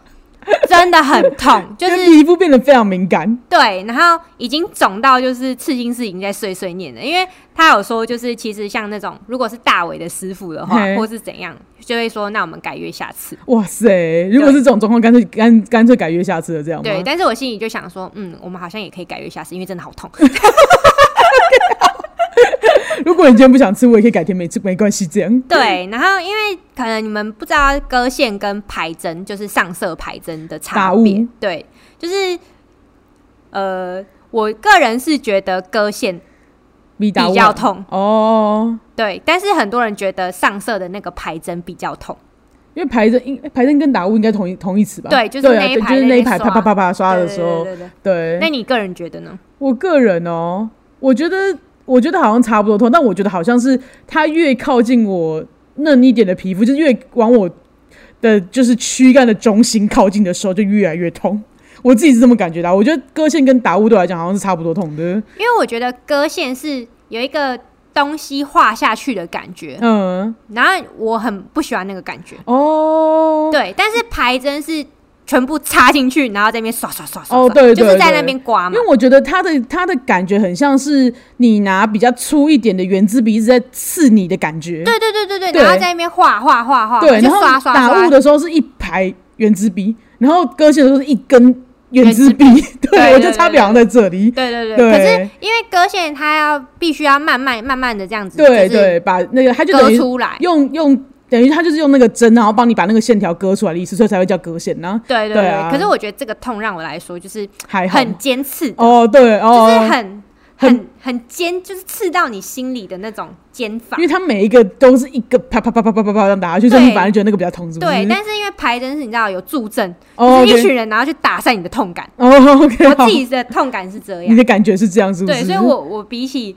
B: 真的很痛， 就
A: 因为
B: 是
A: 皮肤变得非常敏感，
B: 对，然后已经肿到就是刺青师已经在碎碎念了，因为他有说就是其实像那种如果是大伟的师傅的话，
A: 嘿
B: 或是怎样，就会说那我们改约下次。
A: 哇塞！如果是这种状况，干脆干干脆改约下次了，这样吗？
B: 对，但是我心里就想说，嗯，我们好像也可以改约下次，因为真的好痛。
A: 如果你今天不想吃，我也可以改天没吃，没关系，这样。
B: 对，然后因为可能你们不知道割线跟排针，就是上色排针的差
A: 打
B: 别
A: 雾。
B: 对，就是呃，我个人是觉得割线
A: 比打
B: 比较痛，
A: 哦，
B: 对，但是很多人觉得上色的那个排针比较痛。
A: 因为排针应排针跟打雾应该同一同义词吧？
B: 对就是
A: 对啊
B: 那一
A: 对
B: 排
A: 就是
B: 在
A: 那一
B: 那
A: 排
B: 刷
A: 啪啪啪啪刷的
B: 对
A: 时候，哎
B: 对对对
A: 对
B: 对。那你个人觉得呢？
A: 我个人哦，我觉得我觉得好像差不多痛，但我觉得好像是它越靠近我嫩一点的皮肤，就是越往我的就是躯干的中心靠近的时候，就越来越痛。我自己是这么感觉的啊、我觉得割线跟打雾对我来讲好像是差不多痛的。
B: 因为我觉得割线是有一个东西画下去的感觉，
A: 嗯，
B: 然后我很不喜欢那个感觉。
A: 哦，
B: 对，但是排针是全部插进去，然后在那边刷刷刷刷，
A: 哦
B: 刷
A: 对
B: 就是
A: 对
B: 在
A: 对
B: 那边刮
A: 因
B: 嘛。
A: 为我觉得它的它的感觉很像是你拿比较粗一点的圆珠笔一直在刺你的感觉。
B: 对对对对对，
A: 对
B: 然后在那边画画画画，
A: 对，
B: 就
A: 然后
B: 刷刷
A: 打雾
B: 刷。
A: 的时候是一排圆珠笔，然后割线的时候是一根圆珠笔。
B: 对
A: 对，
B: 对
A: 我觉得差别好像在这里。
B: 对对对，
A: 对
B: 可是因为割线它要必须要慢慢慢慢的这样子，
A: 对
B: 就是
A: 对，把那个它就等
B: 割
A: 于
B: 出来。
A: 用用等于它就是用那个针，然后帮你把那个线条割出来的意思，所以才会叫割线呢。
B: 对对
A: 对啊
B: 可是我觉得这个痛让我来说就是
A: 还好
B: 很尖刺，
A: 哦，对
B: 就是
A: 哦，
B: 很很很尖，就是刺到你心里的那种尖法
A: 因。为它每一个都是一个啪啪啪啪啪啪啪这样打下去，所以你
B: 对
A: 反而觉得那个比较痛，是不是？
B: 对，但是因为排针是你知道有助阵，
A: 嗯哦
B: 就是一
A: OK
B: 群人然后去打散你的痛感。
A: 哦，OK，
B: 我
A: 好
B: 自己的痛感是这样
A: 你。 的感觉是这样，是不是？
B: 对，所以我我比起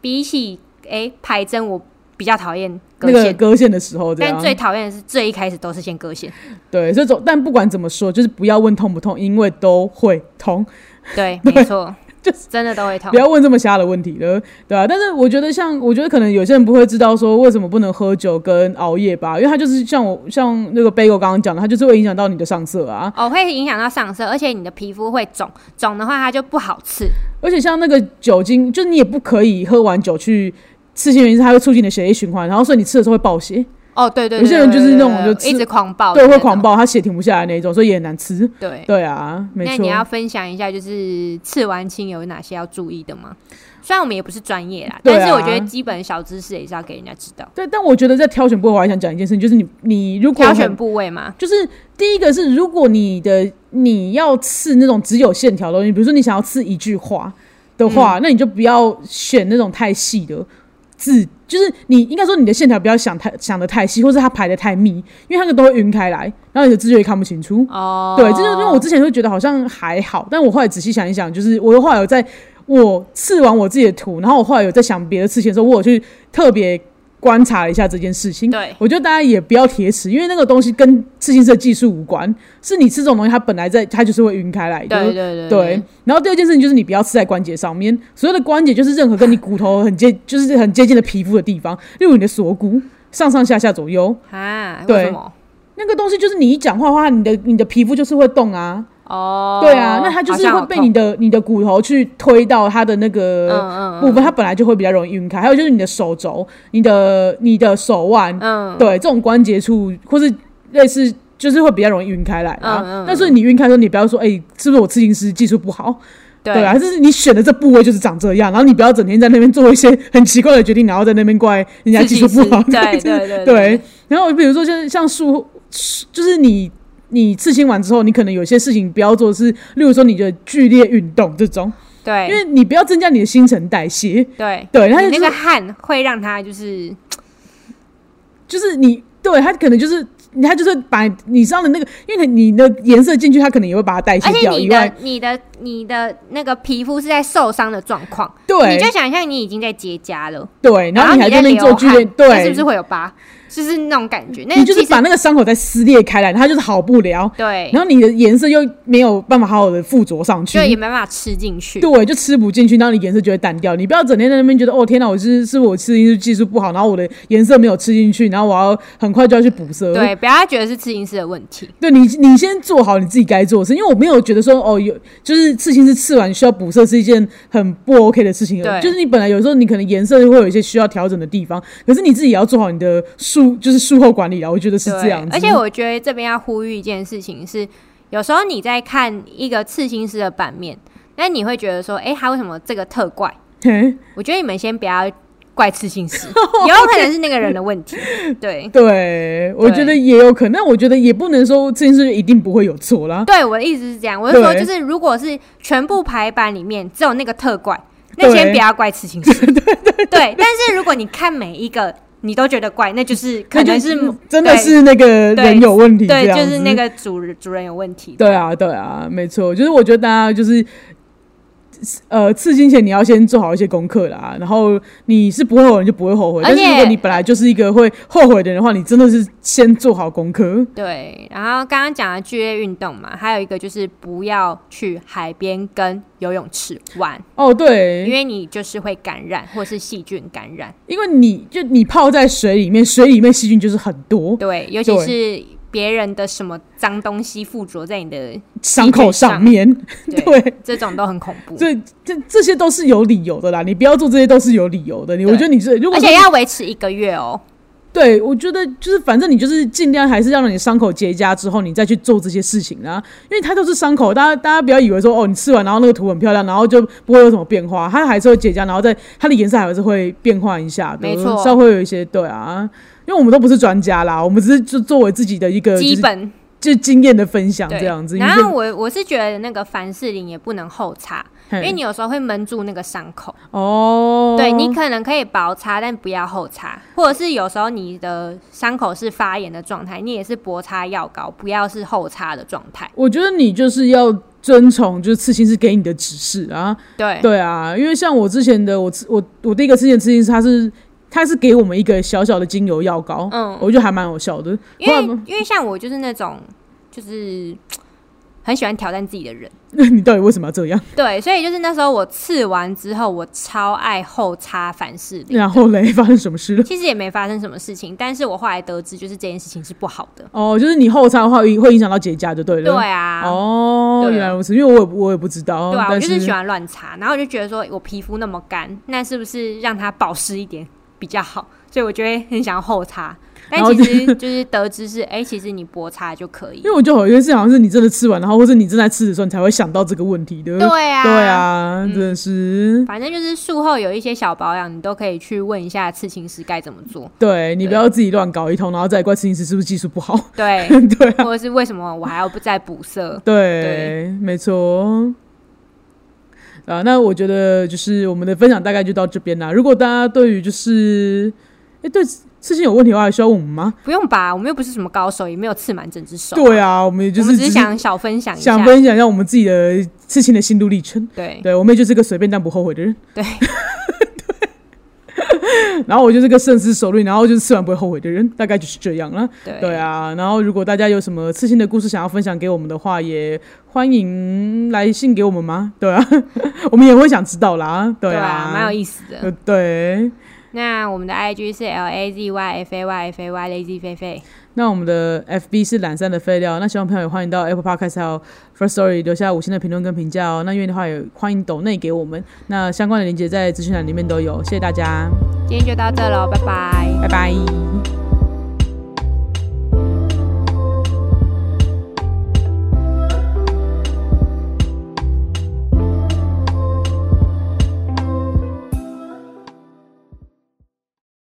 B: 比起诶排针，我比较讨厌割
A: 那个
B: 线，
A: 割线的时候，这样
B: 但最讨厌的是最一开始都是先割线。
A: 对这种，但不管怎么说，就是不要问痛不痛，因为都会痛。
B: 对，没错，
A: 就是
B: 真的都会痛
A: 不。要问这么瞎的问题了，对啊吧、但是我觉得像，我觉得可能有些人不会知道说为什么不能喝酒跟熬夜吧，因为它就是像我像那个 Bagel 刚刚讲的，它就是会影响到你的上色啊。
B: 哦，会影响到上色，而且你的皮肤会肿，肿的话它就不好吃。
A: 而且像那个酒精，就你也不可以喝完酒去刺青，原因是它会促进你的血液循环，然后所以你吃的时候会爆血，
B: 哦，对对对，
A: 有些人就是那种
B: 对对对
A: 就吃
B: 一直狂暴，
A: 对，会狂。爆，它血停不下来那一种，所以也很难吃。
B: 哦对，
A: 对啊，没
B: 那
A: 错
B: 你。要分享一下，就是刺完青有哪些要注意的吗？虽然我们也不是专业啦，
A: 对啊
B: 但是我觉得基本小知识也是要给人家知道。
A: 对，但我觉得在挑选部位，我还想讲一件事情，就是你你如果
B: 挑
A: 很
B: 选部位嘛，
A: 就是第一个是，如果你的你要刺那种只有线条的东西，比如说你想要刺一句话的话，那你就不要选那种太细的。自就是你应该说你的线条不要想太想的太细，或是它排的太密，因为它那个都会晕开来，然后你的字就会看不清楚。
B: 哦，
A: 对，就是因为我之前会觉得好像还好，但我后来仔细想一想，就是我后来有在我刺完我自己的图，然后我后来有在想别的事情的时候，我有去特别观察了一下这件事情。
B: 对
A: 我觉得大家也不要铁齿，因为那个东西跟刺青师的技术无关，是你吃这种东西，它本来在它就是会晕开来的。
B: 对对对
A: 对，然后第二件事情就是你不要刺在关节上面，所有的关节就是任何跟你骨头很接，就是很接近的皮肤的地方，例如你的锁骨上上下下左右，
B: 啊，为
A: 对
B: 什么？
A: 那个东西就是你一讲话的话，你的你的皮肤就是会动啊，
B: 哦，
A: 对啊，那它就
B: 好
A: 是
B: 像
A: 会
B: 有
A: 被
B: 痛
A: 你的你的骨头去推到它的那个
B: 嗯嗯
A: 部分，它本来就会比较容易晕开。还有就是你的手肘、你的你的手腕，
B: 嗯，
A: 对这种关节处或是类似，就是会比较容易晕开来啊。
B: 嗯嗯嗯
A: 但是你晕开的时候，你不要说，哎、是不是我刺青师技术不好？
B: 对
A: 对啊，就是你选的这部位就是长这样，然后你不要整天在那边做一些很奇怪的决定，然后在那边怪人家技术不好。
B: 自己 是对
A: 就是
B: 对对
A: 对。然后比如说像像术，就是你你刺青完之后，你可能有些事情不要做是，例如说你的剧烈运动这种，因
B: 对
A: 为你不要增加你的新陈代谢。
B: 对，
A: 对，它
B: 你
A: 就是、
B: 那个汗会让它就是
A: 就是你对它可能就是。它就是把你上的那个，因为你的颜色进去，它可能也会把它代谢
B: 而且
A: 掉。
B: 你
A: 以
B: 的
A: 外，
B: 你的你的那个皮肤是在受伤的状况，
A: 对
B: 你就想象你已经在结痂了，
A: 对，然后
B: 你
A: 你还在那
B: 在
A: 边做
B: 流
A: 剧烈，
B: 汗，那
A: 对，
B: 是不是会有疤？就是那种感觉，那
A: 你就是
B: 其实
A: 把那个伤口再撕裂开来，它就是好不了。
B: 对
A: 然，后你的颜色又没有办法好好的附着上去
B: 就，也没办法吃进去，
A: 对，就吃不进去，然后你颜色就会淡掉。你不要整天在那边觉得，哦天哪，我是是我吃进去技术不好，然后我的颜色没有吃进去，然后我要很快就要去补色。
B: 对，不要觉得是刺青师的问题，
A: 对你，你先做好你自己该做的事，因为我没有觉得说哦，有就是刺青是刺完需要补色是一件很不 OK 的事情，
B: 对
A: 就是你本来有时候你可能颜色会有一些需要调整的地方，可是你自己也要做好你的术，就是术后管理啊，我觉得是
B: 对，
A: 这样子。
B: 而且我觉得这边要呼吁一件事情是，有时候你在看一个刺青师的版面，那你会觉得说，哎、他为什么这个特怪？
A: 嘿
B: 我觉得你们先不要怪刺青 师，有可能是那个人的问题，对。
A: 对，我觉得也有可能，但我觉得也不能说这件事一定不会有错啦。
B: 对，我的意思是这样，我是说，
A: 对
B: 就是如果是全部排版里面只有那个特怪，那先
A: 对
B: 不要怪刺青 师。对但是如果你看每一个你都觉得怪，那就是可
A: 那
B: 能
A: 就是真的
B: 对
A: 是那个
B: 对
A: 人有问题，
B: 对，
A: 这样
B: 就
A: 子
B: 是那个主人主人有问题。
A: 对啊，对啊，没错，就是我觉得大家就是。呃，刺青前你要先做好一些功课啦，然后你是不会后悔你就不会后悔，
B: 而
A: 但是如果
B: 且
A: 你本来就是一个会后悔的人的话，你真的是先做好功课。
B: 对，然后刚刚讲的剧烈运动嘛，还有一个就是不要去海边跟游泳池玩，
A: 哦，
B: 因
A: 对，
B: 为你就是会感染或是细菌感染。
A: 因为你就你泡在水里面，水里面细菌就是很 多，
B: 对，尤其
A: 对
B: 是别人的什么脏东西附着 在你的，
A: 伤口上面，
B: 对，
A: 对，
B: 这种都很恐怖。
A: 这这这些都是有理由的啦，你不要做这些都是有理由的。你我
B: 对
A: 觉得你是如果
B: 而
A: 说
B: 且要维持一个月哦。
A: 对，我觉得就是反正你就是尽量还是要让你伤口结痂之后，你再去做这些事情啊，因为它都是伤口，大家大家不要以为说哦，你吃完然后那个图很漂亮，然后就不会有什么变化，它还是会结痂，然后再它的颜色还是会变换一下的，
B: 没错
A: 稍微有一些对啊，因为我们都不是专家啦，我们只是就作为自己的一个
B: 基
A: 就是
B: 本
A: 就经验的分享
B: 对
A: 这样子，
B: 然
A: 因
B: 后
A: 为
B: 我我是觉得那个凡士林也不能后擦，因为
A: 嘿
B: 你有时候会闷住那个伤口。
A: 嗯哦，
B: 对你可能可以薄擦，但不要厚擦，或者是有时候你的伤口是发炎的状态，你也是薄擦药膏，不要是厚擦的状态。
A: 我觉得你就是要遵从就是刺青师给你的指示啊，
B: 对，
A: 对啊，因为像我之前的我吃我我第一个之前的刺青师，他是他是给我们一个小小的精油药膏，
B: 嗯
A: 我觉得还蛮有效的。
B: 因为
A: 后来
B: 因为像我就是那种就是很喜欢挑战自己的人，
A: 你到底为什么要这 样？
B: 对，所以就是那时候我刺完之后，我超爱厚擦凡士林。
A: 然后嘞，发生什么事了？
B: 其实也没发生什么事情，但是我后来得知，就是这件事情是不好的。
A: 哦，就是你后插的话会会影响到结痂，就对
B: 对
A: 了。
B: 啊，
A: 哦，
B: 对啊
A: 原来如此，因为我也我也不知道。
B: 对啊，我
A: 但
B: 就是喜欢乱擦，然后我就觉得说我皮肤那么干，那是不是让它保湿一点比较好？所以我就会很想要后擦，但
A: 然后
B: 其实就是得知是，哎、其实你薄擦就可以
A: 因。为我就好像是好像是你真的吃完，然后或是你正在吃的时候，你才会想到这个问题的。
B: 对啊， 嗯
A: 对，啊，真的是。
B: 反正就是术后有一些小保养，你都可以去问一下刺青师该怎么做。
A: 对你不要自己乱搞一通，然后再怪刺青师是不是技术不好？
B: 对，
A: 对啊，
B: 或者是为什么我还要不再补色？
A: 对，没错。啊，那我觉得就是我们的分享大概就到这边啦。如果大家对于就是，哎、对刺青有问题的话，还需要问我们吗？
B: 不用吧，我们又不是什么高手，也没有刺满整只手。
A: 对啊，我们也就
B: 我
A: 是
B: 们只是想小分享一下
A: 想。分享一下我们自己的刺青的心路历程。
B: 对
A: 对我妹就是个随便但不后悔的人，
B: 对，
A: 然后我就是个深思熟虑，然后就是吃完不会后悔的人，大概就是这样啦。
B: 对
A: 对啊，然后如果大家有什么刺青的故事想要分享给我们的话，也欢迎来信给我们吗？对啊， 我们也会想知道啦。对
B: 对啊，蛮有
A: 啊，
B: 意思的。
A: 呃对。
B: 那我们的 IG 是 L A Z Y F A Y F A Y Lazy 菲菲，
A: 那我们的 FB 是懒散的废料，那喜欢的朋友也欢迎到 Apple Podcast 还有 First Story 留下五星的评论跟评价哦。那愿意的话也欢迎抖内给我们，那相关的链接在资讯栏里面都有。谢谢大家，
B: 今天就到这喽，拜拜。
A: 拜拜。